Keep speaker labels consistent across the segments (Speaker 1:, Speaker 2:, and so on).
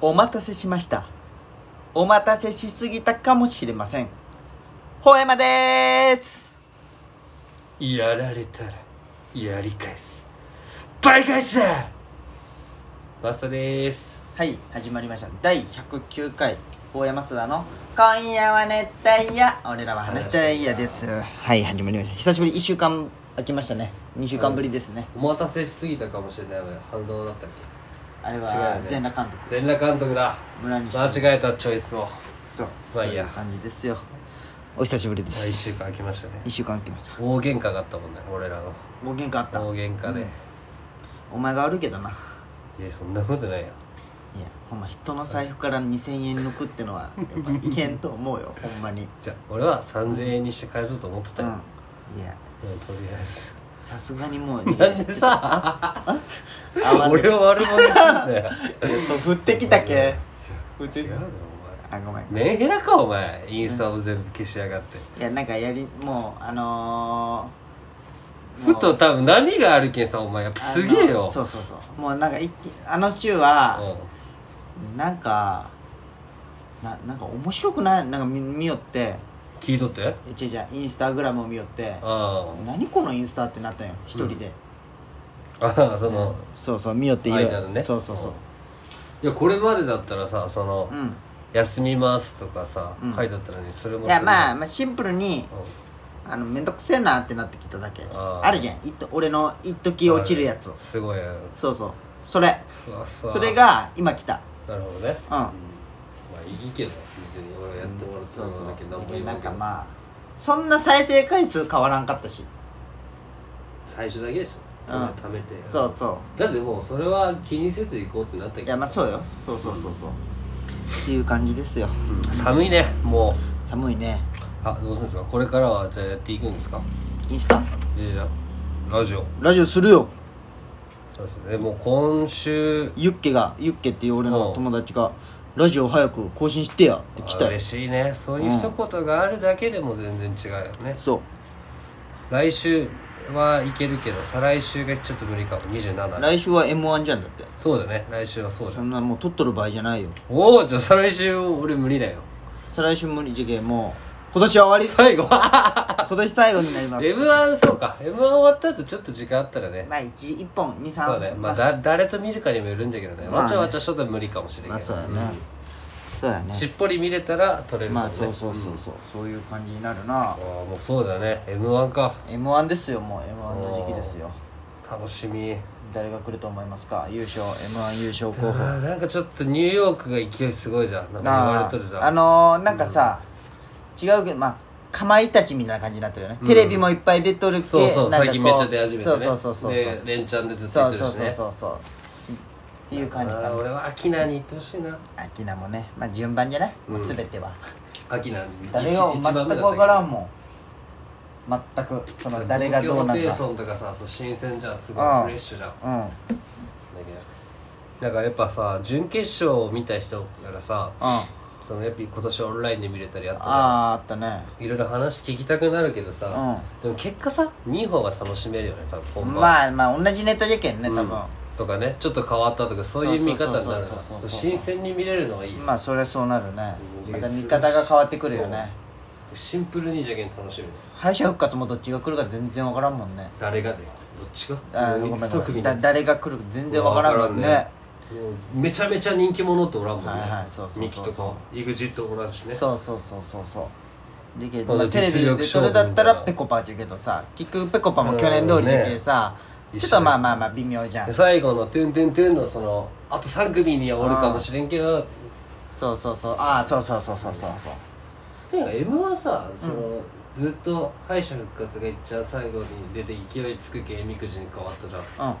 Speaker 1: お待たせしましたお待たせしすぎたかもしれませんほえまでーす
Speaker 2: やられたらやり返す倍返しだマスタです
Speaker 1: はい始まりました第109回大山須田の「今夜は熱帯夜俺らは話したいや」ですはい始まりました久しぶり1週間空きましたね2週間ぶりですね、
Speaker 2: お待たせしすぎたかもしれないわよ半沢だったっ
Speaker 1: あれは
Speaker 2: 違うよね
Speaker 1: 全裸監督
Speaker 2: け全裸監督だ
Speaker 1: 村西
Speaker 2: 間違えたチョイスを
Speaker 1: そうそ
Speaker 2: まあ
Speaker 1: う
Speaker 2: いい
Speaker 1: い
Speaker 2: や
Speaker 1: う感じですよお久しぶりで
Speaker 2: 1
Speaker 1: す
Speaker 2: 週間空きましたね
Speaker 1: 1週間空きました
Speaker 2: 大喧嘩があったもんね俺らの
Speaker 1: 大喧嘩あった
Speaker 2: 大喧嘩で、
Speaker 1: お前が悪いけどない
Speaker 2: やそんなことないよ
Speaker 1: いやほんま人の財布から2000円抜くってのはやっぱいけんと思うよほんまに
Speaker 2: じゃあ俺は3000円にして返そうと思って
Speaker 1: う
Speaker 2: た
Speaker 1: ん
Speaker 2: よ、
Speaker 1: い
Speaker 2: うん、と
Speaker 1: や
Speaker 2: りあ
Speaker 1: さすがにもう
Speaker 2: えずなんで さ
Speaker 1: 慌て
Speaker 2: 俺を悪者にすんだ よ
Speaker 1: そう振ってきたけ
Speaker 2: 違う
Speaker 1: 振って
Speaker 2: 違うよ
Speaker 1: あごめん
Speaker 2: お前メンヘラかお前インスタを全部消しやがって、
Speaker 1: いやなんかやりもうあのー、
Speaker 2: ふと多分波があるけんさお前やっぱ
Speaker 1: あの
Speaker 2: すげえよ、
Speaker 1: そううそうそうもうなんか一気あの週はなんかななんか面白くないなんか見見よって
Speaker 2: ん、聞いとって
Speaker 1: え違う違うインスタグラムを見よって
Speaker 2: あ
Speaker 1: 何このインスタってなったんよ一人で、
Speaker 2: あああその、
Speaker 1: そうそう見よってい
Speaker 2: アイ
Speaker 1: う
Speaker 2: ドルね
Speaker 1: そうそうそう、
Speaker 2: いやこれまでだったらさその、
Speaker 1: うん
Speaker 2: 休みますとかさ、
Speaker 1: うん
Speaker 2: 書いてあったのにそれも
Speaker 1: いやまあ、
Speaker 2: あ、
Speaker 1: まあ、シンプルに
Speaker 2: う
Speaker 1: あのめんどくせえなってなってきただけ
Speaker 2: あ
Speaker 1: あ
Speaker 2: ー
Speaker 1: るじゃんいっと俺の一
Speaker 2: ん
Speaker 1: 時落ちるやつ
Speaker 2: すごいよ
Speaker 1: そうそうそれ
Speaker 2: ふわふわ
Speaker 1: それが今来た
Speaker 2: なるほどね
Speaker 1: うん
Speaker 2: まあいいけど別に俺はやってもらって
Speaker 1: そ
Speaker 2: も
Speaker 1: う
Speaker 2: そ
Speaker 1: そ
Speaker 2: れだけ何も
Speaker 1: う
Speaker 2: 言
Speaker 1: な
Speaker 2: わ
Speaker 1: ん
Speaker 2: けど
Speaker 1: かまあそんな再生回数変わらんかったし
Speaker 2: 最初だけでしょ
Speaker 1: うん
Speaker 2: 貯めて
Speaker 1: そうそ
Speaker 2: だってもうそれは気にせず行こうってなったけ
Speaker 1: うい
Speaker 2: ど
Speaker 1: やまあそうよそうそうそうそうっていう感じですよ
Speaker 2: うん寒いねもう
Speaker 1: 寒いね
Speaker 2: あどうするんですかこれからはじゃあやっていくんですか
Speaker 1: インスタ
Speaker 2: じいじゃんラジオ
Speaker 1: ラジオするよ
Speaker 2: そうですねもう今週
Speaker 1: ユッケがユッケっていう俺
Speaker 2: う
Speaker 1: の
Speaker 2: ん
Speaker 1: 友達がラジオ早く更新してやって来
Speaker 2: あ
Speaker 1: たよ
Speaker 2: 嬉しいねそういう一言があるだけでも全然違うよね、
Speaker 1: そう
Speaker 2: 来週はいけるけど再来週がちょっと無理かも27
Speaker 1: 来週は m 1じゃんだって
Speaker 2: そうだね来週はそうじゃ
Speaker 1: そ
Speaker 2: ん
Speaker 1: んなもう撮っとる場合じゃないよ
Speaker 2: おおじゃあ再来週俺無理だよ
Speaker 1: 再来週無理次元もう今年は終わ り
Speaker 2: 最後
Speaker 1: 今年最後 になります
Speaker 2: m 1そうか m 1終わった後ちょっと時間あったらね
Speaker 1: まあ1一本23
Speaker 2: そうねまあだ誰と見るかにもよるんだけどね
Speaker 1: まあね
Speaker 2: わちゃわちゃしとったら無理かもしれんけど、
Speaker 1: まあそうやねそうやね
Speaker 2: しっぽり見れたら撮れる
Speaker 1: ま
Speaker 2: かも
Speaker 1: あ
Speaker 2: ね
Speaker 1: そうそうそうそうそういう感じになるな
Speaker 2: あーもうそうだね m 1か
Speaker 1: m 1ですよもう m 1の時期ですよ
Speaker 2: 楽しみ
Speaker 1: 誰が来ると思いますか優勝 m 1優勝
Speaker 2: あ
Speaker 1: 候補
Speaker 2: ーなんかちょっとニューヨークが勢いすごいじゃんなんか 言われ
Speaker 1: あ
Speaker 2: とるじゃん
Speaker 1: あのー、なんかさ、違うけどまあかまいたちみたいな感じになってるよね、テレビもいっぱい出とるけ
Speaker 2: そうそう
Speaker 1: なんかこ
Speaker 2: 最近めっちゃ出始めてね
Speaker 1: そうそうそうそう
Speaker 2: で連チャンでずっ
Speaker 1: そ
Speaker 2: と言っ
Speaker 1: う
Speaker 2: て
Speaker 1: そ
Speaker 2: る
Speaker 1: う
Speaker 2: し
Speaker 1: そう
Speaker 2: ね
Speaker 1: そうそうっていう
Speaker 2: あ
Speaker 1: 感じか
Speaker 2: ー
Speaker 1: な
Speaker 2: 俺はアキナに行ってほしいな
Speaker 1: アキナもねまあ順番じゃない、もう全ては
Speaker 2: アキナ
Speaker 1: 誰が全く分からんもん全くその誰がどうなる
Speaker 2: 東京ホテイ
Speaker 1: か
Speaker 2: ソンとかさそう新鮮じゃんすごい
Speaker 1: うん
Speaker 2: フレッシュじゃんだ
Speaker 1: うんうん
Speaker 2: けどなんかやっぱさ準決勝を見た人からさ
Speaker 1: あ
Speaker 2: そのやっぱ今年オンラインで見れたりやったじゃん
Speaker 1: ああったね
Speaker 2: いろいろ話聞きたくなるけどさ、でも結果さ見ん方が楽しめるよね多分本番あ
Speaker 1: まあまあ同じネタじゃけんね多分、
Speaker 2: とかねちょっと変わったとかそういう見方になるな
Speaker 1: そうそうそうそうそう
Speaker 2: 新鮮に見れるのはいいよ
Speaker 1: まあそりゃそうなるね
Speaker 2: うん
Speaker 1: また見方が変わってくるよね
Speaker 2: シンプルにじゃけん楽しみだ
Speaker 1: 敗者復活もどっちが来るか全然分からんもんね
Speaker 2: 誰がでどっちが
Speaker 1: あー
Speaker 2: も
Speaker 1: ご
Speaker 2: う
Speaker 1: めん
Speaker 2: 一
Speaker 1: ごめ
Speaker 2: 組
Speaker 1: んだ
Speaker 2: だ
Speaker 1: 誰が来るか全然分からんもんね
Speaker 2: もうめちゃめちゃ人気者っておらんもんね、
Speaker 1: はいはいそうそうそう
Speaker 2: ミキとか EXIT もおらんしね
Speaker 1: そうそうそうそうそうでけど、
Speaker 2: まあ
Speaker 1: まあ、テレビ
Speaker 2: 実
Speaker 1: で
Speaker 2: 力
Speaker 1: それだったら
Speaker 2: 勝負みたいな
Speaker 1: ペコパじゃけどさ結局ペコパも去年通りじゃけさ、
Speaker 2: ね
Speaker 1: ちょっとまあまあまあ微妙じゃん
Speaker 2: で最後の「トゥントゥントゥン」のそのあと3組にはおるかもしれんけど
Speaker 1: そうそうそうああそうそうそうそうそうそう
Speaker 2: ていうか m はさその、ずっと敗者復活がいっちゃう最後に出て勢いつくけみくじに変わったじゃん
Speaker 1: うんま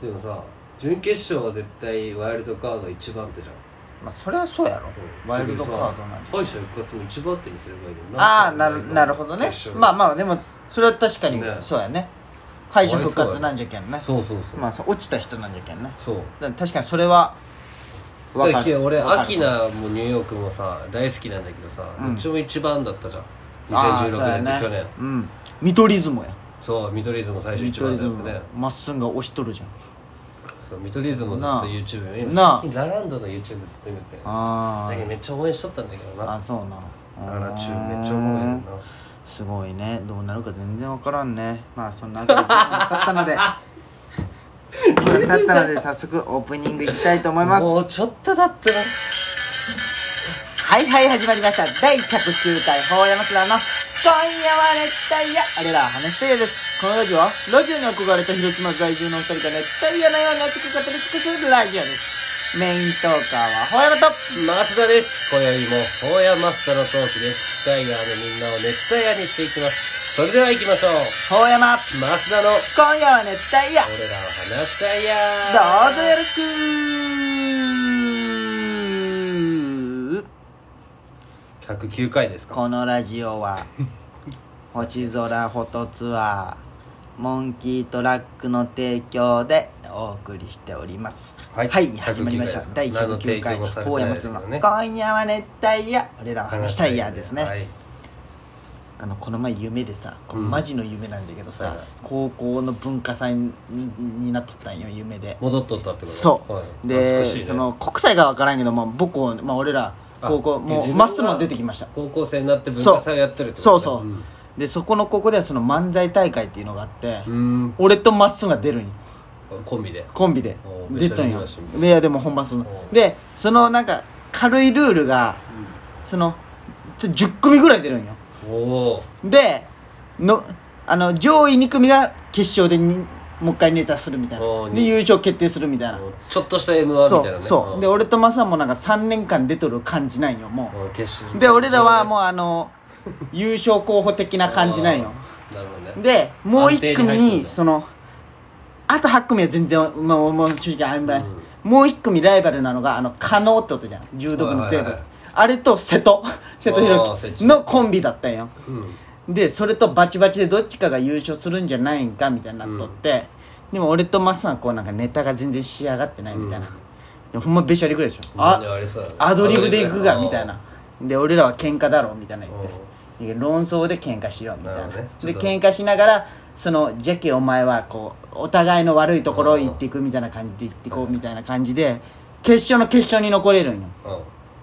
Speaker 2: でもさ準決勝は絶対ワイルドカード一番手じゃん
Speaker 1: あそれはそうやろ
Speaker 2: うん
Speaker 1: ワイルドカードなん
Speaker 2: 次
Speaker 1: て
Speaker 2: さ敗者復活も一番手にすればいいのに
Speaker 1: ああ
Speaker 2: ん
Speaker 1: な
Speaker 2: か
Speaker 1: るなるほどね
Speaker 2: 決勝
Speaker 1: まあまあでもそれは確かに
Speaker 2: ね
Speaker 1: そうやね敗者復活なんじゃけんね
Speaker 2: そうそうそう、
Speaker 1: まあそう落ちた人なんじゃけんね
Speaker 2: そう
Speaker 1: だから確かにそれはわ
Speaker 2: だっけ俺
Speaker 1: わかる
Speaker 2: アキナもニューヨークもさ大好きなんだけどさ、
Speaker 1: うん
Speaker 2: どっちも一番だったじゃん
Speaker 1: ああそうや
Speaker 2: 2016年と去年
Speaker 1: うん見取り図もや
Speaker 2: そう見取り図も最初
Speaker 1: 見
Speaker 2: 一
Speaker 1: 取
Speaker 2: 番
Speaker 1: り図
Speaker 2: だっ
Speaker 1: も
Speaker 2: たね
Speaker 1: まっすんが押しとるじゃん
Speaker 2: そう見取り図もずっと
Speaker 1: なあ
Speaker 2: YouTube 見る
Speaker 1: なあ
Speaker 2: 最近ラランドの YouTube ずっと見て
Speaker 1: あ
Speaker 2: 最近
Speaker 1: ー
Speaker 2: めっちゃ応援しとったんだけど
Speaker 1: あ
Speaker 2: な
Speaker 1: そうな
Speaker 2: ララチューめっちゃおもろいやんな
Speaker 1: すごいねどうなるか全然わからんねまあそんなわけでだったのでだったので早速オープニングいきたいと思います
Speaker 2: もうちょっとだってな
Speaker 1: はいはい始まりました第109回「ほうやますらの今夜は熱帯夜」俺らは話したいですこのラジオはラジオに憧れた広島在住のお二人が熱帯夜のように熱く語り尽くすラジオですメイントーカーはほうやまと
Speaker 2: 増田です今宵もホーヤマスターのトークで熱帯夜のみんなを熱帯夜にしていきますそれでは行きましょう
Speaker 1: ほうやま
Speaker 2: 増田の
Speaker 1: 今夜は熱帯夜
Speaker 2: 俺らは話したいや
Speaker 1: どうぞよろ
Speaker 2: し
Speaker 1: しく
Speaker 2: く109回ですか
Speaker 1: このラジオ は星空フォトツアーモンキートラックの提供でお送りしております
Speaker 2: はい
Speaker 1: 始まりました
Speaker 2: 109
Speaker 1: 第109回
Speaker 2: 何の提供もされて
Speaker 1: 大
Speaker 2: ない
Speaker 1: 山
Speaker 2: で
Speaker 1: さ
Speaker 2: す
Speaker 1: んの
Speaker 2: から
Speaker 1: 「今夜は熱
Speaker 2: ね
Speaker 1: 帯夜」俺らは話したいやですね、
Speaker 2: はい
Speaker 1: あのこの前夢でさこれ
Speaker 2: うん
Speaker 1: マジの夢なんだけどさ、
Speaker 2: はい
Speaker 1: 高校の文化祭にになっとったんよ夢で
Speaker 2: 戻っとったってこと
Speaker 1: そう、
Speaker 2: はい
Speaker 1: で、
Speaker 2: 懐かしいね
Speaker 1: その国際がわからんけども母校、まあ、俺ら
Speaker 2: あ
Speaker 1: 高校
Speaker 2: で
Speaker 1: も
Speaker 2: 自
Speaker 1: う
Speaker 2: 分
Speaker 1: ま
Speaker 2: が
Speaker 1: っすぐも出てきました
Speaker 2: 高校生になって文化祭をやってるってこ
Speaker 1: そう
Speaker 2: とね
Speaker 1: そう、
Speaker 2: ん
Speaker 1: でそこの高校ではその漫才大会っていうのがあって、
Speaker 2: うーん
Speaker 1: 俺とまっすぐが出るんよ
Speaker 2: コンビで
Speaker 1: コンビで
Speaker 2: おー
Speaker 1: 出たん
Speaker 2: ベ
Speaker 1: よ
Speaker 2: ストリーグ
Speaker 1: いやでも本番その
Speaker 2: おう
Speaker 1: でそのなんか軽いルールがそのちょ10組ぐらい出るんよ
Speaker 2: おお
Speaker 1: でのあの上位2組が決勝でにもう一回ネタするみたい
Speaker 2: お
Speaker 1: な
Speaker 2: ー
Speaker 1: で
Speaker 2: に
Speaker 1: 優勝決定するみたいな
Speaker 2: ちょっとした m 1みた
Speaker 1: そう
Speaker 2: いなね
Speaker 1: そうで
Speaker 2: ん
Speaker 1: 俺とマサもなんか3年間出とる感じなんよも
Speaker 2: うん決
Speaker 1: う
Speaker 2: 勝
Speaker 1: で俺らはもうあの優勝候補的な感じなんよ
Speaker 2: あーなるほどね
Speaker 1: でもう1組
Speaker 2: 安定に入ってん
Speaker 1: に
Speaker 2: だ
Speaker 1: そのあと8組は全然まあもう正直あんまり
Speaker 2: うん
Speaker 1: もう1組ライバルなのがあの加納ってことじゃん柔道部のテー
Speaker 2: はい
Speaker 1: ブ
Speaker 2: はいはい
Speaker 1: あれと瀬戸瀬戸
Speaker 2: あー瀬
Speaker 1: 弘
Speaker 2: 戸
Speaker 1: 樹のコンビだったんよ
Speaker 2: うん
Speaker 1: でそれとバチバチでどっちかが優勝するんじゃないんかみたいになっとって、でも俺とマスはこうなんかネタが全然仕上がってないみたいな、
Speaker 2: うん
Speaker 1: でほんまべしゃりぐらいでしょ、
Speaker 2: うん
Speaker 1: あ
Speaker 2: あれさ
Speaker 1: アドリブでいくが
Speaker 2: アドリ
Speaker 1: み
Speaker 2: ブで
Speaker 1: たいなで俺らは喧嘩だろみたいな言って
Speaker 2: う
Speaker 1: いや論争で喧嘩しようみたい
Speaker 2: な
Speaker 1: な
Speaker 2: るほどねちょっ
Speaker 1: で
Speaker 2: と
Speaker 1: 喧嘩しながらそのジャケお前はこうお互いの悪いところを言っていくみたいな感じで言ってこうみたいな感じで決勝の決勝に残れるんよ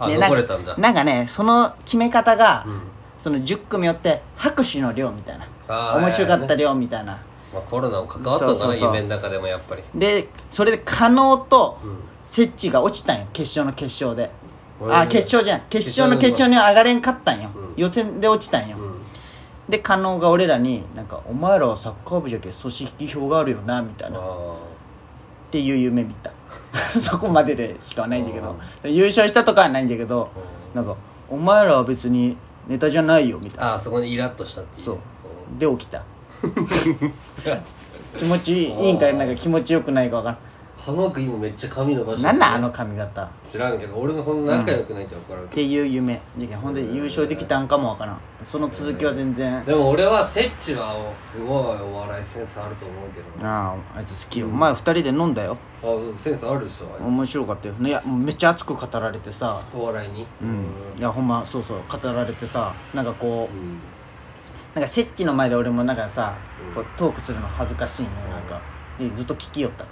Speaker 2: うんあ
Speaker 1: で
Speaker 2: 残れたん
Speaker 1: なん
Speaker 2: だ
Speaker 1: かなんかねその決め方が、
Speaker 2: うん
Speaker 1: その10組よって拍手の量みたいな
Speaker 2: あー
Speaker 1: 面白かった量みたいな、
Speaker 2: まあコロナも関わった
Speaker 1: そ
Speaker 2: か
Speaker 1: うそ
Speaker 2: ら
Speaker 1: う
Speaker 2: イ
Speaker 1: そう
Speaker 2: ベントの中でもやっぱり
Speaker 1: でそれで加納と
Speaker 2: うん
Speaker 1: セッチが落ちたんよ決勝の決勝で、
Speaker 2: うん
Speaker 1: あ決勝じゃん決勝の決勝には上がれんかったんよ、
Speaker 2: うん
Speaker 1: 予選で落ちたんよ、
Speaker 2: うん
Speaker 1: で加納が俺らになんか「お前らはサッカー部じゃけ組織票があるよな」みたいなっ
Speaker 2: あ
Speaker 1: ていう夢見た そこまででしかないんだけど優勝したとかはないんだけどなんか「お前らは別にネタじゃないよ」みたい
Speaker 2: ー
Speaker 1: な
Speaker 2: あーそこにイラッとしたっていう
Speaker 1: そうんで起きた 気持ちいいいいんかなんか気持ちよくないか分か
Speaker 2: 加納君今めっちゃ髪伸ば
Speaker 1: ら
Speaker 2: し
Speaker 1: ん
Speaker 2: て
Speaker 1: なん
Speaker 2: る
Speaker 1: なんあの髪型っ
Speaker 2: 知らんけど俺もそんな仲良くないって分からんけ
Speaker 1: ていう夢じゃけんほんで優勝できたんかも分からんその続きは全然
Speaker 2: どでも俺はセッチはすごいお笑いセンスあると思うけど
Speaker 1: あああいつ好きよ前二人で飲んだよ
Speaker 2: あそうセンスあるでしょあい
Speaker 1: 面白かったよいやもうめっちゃ熱く語られてさ
Speaker 2: つお笑いにう
Speaker 1: いやほんまそうそう語られてさなんかこう
Speaker 2: うん
Speaker 1: なんかセッチの前で俺もなんかさ
Speaker 2: うん
Speaker 1: こうトークするの恥ずかしいんよなんかでずっと聞きよった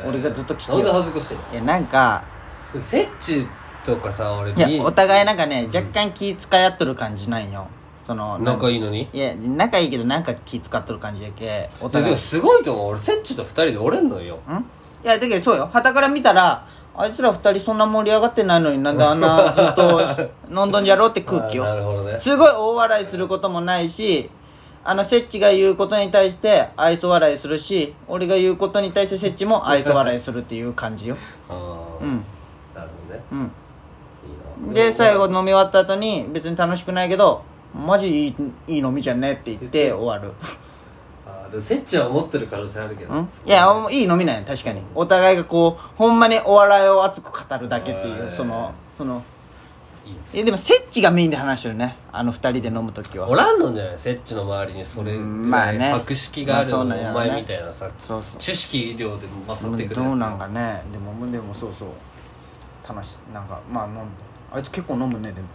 Speaker 2: えー
Speaker 1: 俺がずっと聞け
Speaker 2: な
Speaker 1: よ
Speaker 2: んで恥ずかしい
Speaker 1: いやなんか
Speaker 2: のセッチとかさ俺
Speaker 1: いやお互いなん
Speaker 2: か
Speaker 1: かね若干気使い合っとる感じなんよそのなん
Speaker 2: 仲いいのにい
Speaker 1: いや仲いいけどなんか気使っとる感じやけお
Speaker 2: やで
Speaker 1: 互い
Speaker 2: も
Speaker 1: んい
Speaker 2: すごいと思う俺セッチと二人で折れんのよ
Speaker 1: やだけどそうよ傍から見たらあいつら二人そんな盛り上がってないのになんであん なずっと飲んどんじゃろうって空気を
Speaker 2: あーなるほどね
Speaker 1: すごい大笑いすることもないしあのセッチが言うことに対して愛想笑いするし俺が言うことに対してセッチも愛想笑いするっていう感じよ
Speaker 2: ああ
Speaker 1: うん
Speaker 2: なるほどね
Speaker 1: うん
Speaker 2: いいな
Speaker 1: で最後飲み終わった後に別に楽しくないけどマジいいいい飲みじゃねって言って終わ る
Speaker 2: あーでもセッチは持ってる可能性あるけど
Speaker 1: うんいやおいい飲みなんや確かにお互いがこうほんまにお笑いを熱く語るだけってい
Speaker 2: へー
Speaker 1: うそのその
Speaker 2: いいね
Speaker 1: えでもセッチがメインで話してるねあの二人で飲む時は
Speaker 2: おらんのじゃないセッチの周りにそれ
Speaker 1: うん
Speaker 2: ぐ
Speaker 1: まあ
Speaker 2: ら
Speaker 1: ね
Speaker 2: い博識があるの
Speaker 1: まあそうなんや
Speaker 2: お
Speaker 1: ろね
Speaker 2: 前みたいなさ
Speaker 1: そうそう
Speaker 2: 知識量でも勝ってくる
Speaker 1: どうなんかねでもでもそうそう楽しいなんかまあ飲んであいつ結構飲むねでも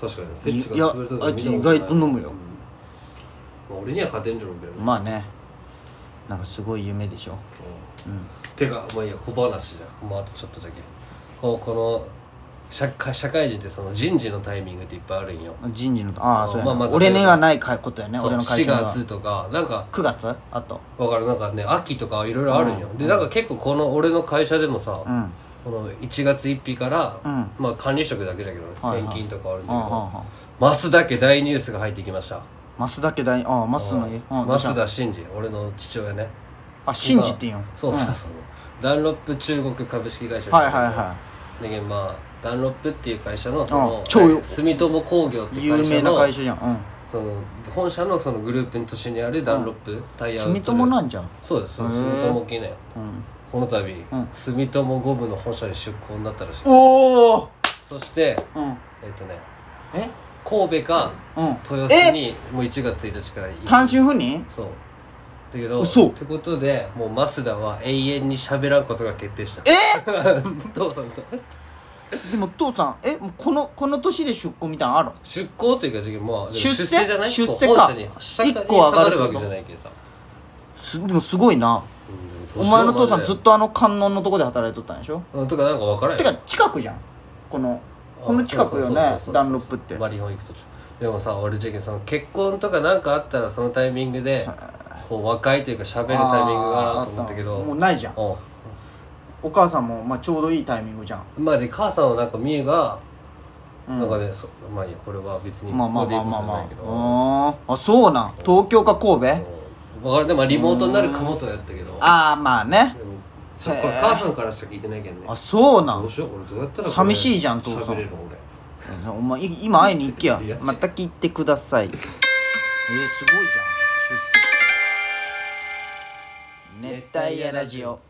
Speaker 2: 確かにセッチが
Speaker 1: いや
Speaker 2: 潰れた時見たこと
Speaker 1: あ
Speaker 2: ない
Speaker 1: いつ意外と飲むよ
Speaker 2: うんまあ俺には勝てんじゃろうけどね
Speaker 1: まあねなんかすごい夢でしょ
Speaker 2: う
Speaker 1: うん
Speaker 2: てかまあいいや小話じゃんもうあとちょっとだけこうこの社会社会人ってその人事のタイミングっていっぱいあるんよ
Speaker 1: 人事のああそうやな、
Speaker 2: まあまあ
Speaker 1: 俺にはないかことやね
Speaker 2: そう
Speaker 1: 俺の会
Speaker 2: 4
Speaker 1: 社には
Speaker 2: 月とかなんか
Speaker 1: 9月あと
Speaker 2: わかるなんかね秋とかいろいろあるんよ、
Speaker 1: うん
Speaker 2: でなんか結構この俺の会社でもさ、
Speaker 1: うん
Speaker 2: この1月1日から、
Speaker 1: うん
Speaker 2: まあ管理職だけだけどね、
Speaker 1: はいはい
Speaker 2: 転勤とかあるんだけ
Speaker 1: ああ
Speaker 2: ど、
Speaker 1: ああ
Speaker 2: 増田家大ニュースが入ってきました
Speaker 1: 増田家大ああ増の家うん
Speaker 2: 増田真二俺の父親ね
Speaker 1: あ信じてんよ
Speaker 2: そうそうそう、ダンロップ中国株式会社
Speaker 1: はいはいはい
Speaker 2: だけどまあダンロップっていう会社のその
Speaker 1: あ超よ
Speaker 2: 住友工業って
Speaker 1: い
Speaker 2: いう会
Speaker 1: 有
Speaker 2: 社
Speaker 1: 名
Speaker 2: の
Speaker 1: な会社じゃん
Speaker 2: その本社のそのグループの都市にあるダンロップ、タ
Speaker 1: うん
Speaker 2: イヤ
Speaker 1: 住友なんんじゃん
Speaker 2: そうです
Speaker 1: へ
Speaker 2: 住
Speaker 1: ー
Speaker 2: 友記念
Speaker 1: うん
Speaker 2: この度、
Speaker 1: ん
Speaker 2: 住友五部の本社に出向になったらしい
Speaker 1: おお
Speaker 2: そして
Speaker 1: うん
Speaker 2: えっとね
Speaker 1: え
Speaker 2: 神戸か
Speaker 1: うん
Speaker 2: 豊洲にもう1月1日から行く
Speaker 1: 単身赴任
Speaker 2: そうだけど
Speaker 1: 嘘
Speaker 2: ってことでもう増田は永遠に喋らんことが決定した
Speaker 1: え
Speaker 2: 父さんと
Speaker 1: でも父さんえもうこのこの年で出向みたいなのある
Speaker 2: 出向というかでもまあでも
Speaker 1: 出世
Speaker 2: じゃない
Speaker 1: 出世
Speaker 2: こう
Speaker 1: か
Speaker 2: 本社に下に
Speaker 1: 一個上
Speaker 2: 下
Speaker 1: がる
Speaker 2: がる
Speaker 1: ってこと
Speaker 2: わけじゃないけどさ
Speaker 1: すでもすごいなお前の父さんずっとあの観音のとこで働いとったんでしょ
Speaker 2: ととかなんか分からん
Speaker 1: て
Speaker 2: よ
Speaker 1: か近くじゃんこの
Speaker 2: あ
Speaker 1: この近くよ
Speaker 2: そうそうそう
Speaker 1: ね
Speaker 2: そう
Speaker 1: ダンロップって
Speaker 2: マリホン行く途中でもさ俺じゃけんその結婚とかなんかあったらそのタイミングでこう若いというか喋るタイミングがあると思ったけ
Speaker 1: あーあ
Speaker 2: ど
Speaker 1: たもうないじゃん
Speaker 2: うん
Speaker 1: お母さんも、まあ、ちょうどいいタイミングじゃん
Speaker 2: まあで母さんはなんかみえが、
Speaker 1: うん
Speaker 2: なんかねそまあいいやこれは別に
Speaker 1: まあまあ
Speaker 2: ここで
Speaker 1: まあ
Speaker 2: 言うこ
Speaker 1: まあ
Speaker 2: とじゃないけど、
Speaker 1: まああーあそうなん東京か神戸
Speaker 2: 分からんでもリモートになるかもとはやったけど
Speaker 1: ああまあね
Speaker 2: でもそれこれ母さんからしか聞いてないけどね
Speaker 1: あそうな
Speaker 2: ど
Speaker 1: ん
Speaker 2: うしよう俺どうやったら
Speaker 1: 寂しいじゃん父さん
Speaker 2: 喋れるの
Speaker 1: お前い今会いに行けや
Speaker 2: いや
Speaker 1: また聞いてくださいえー、すごいじゃん出世熱帯夜ラジオ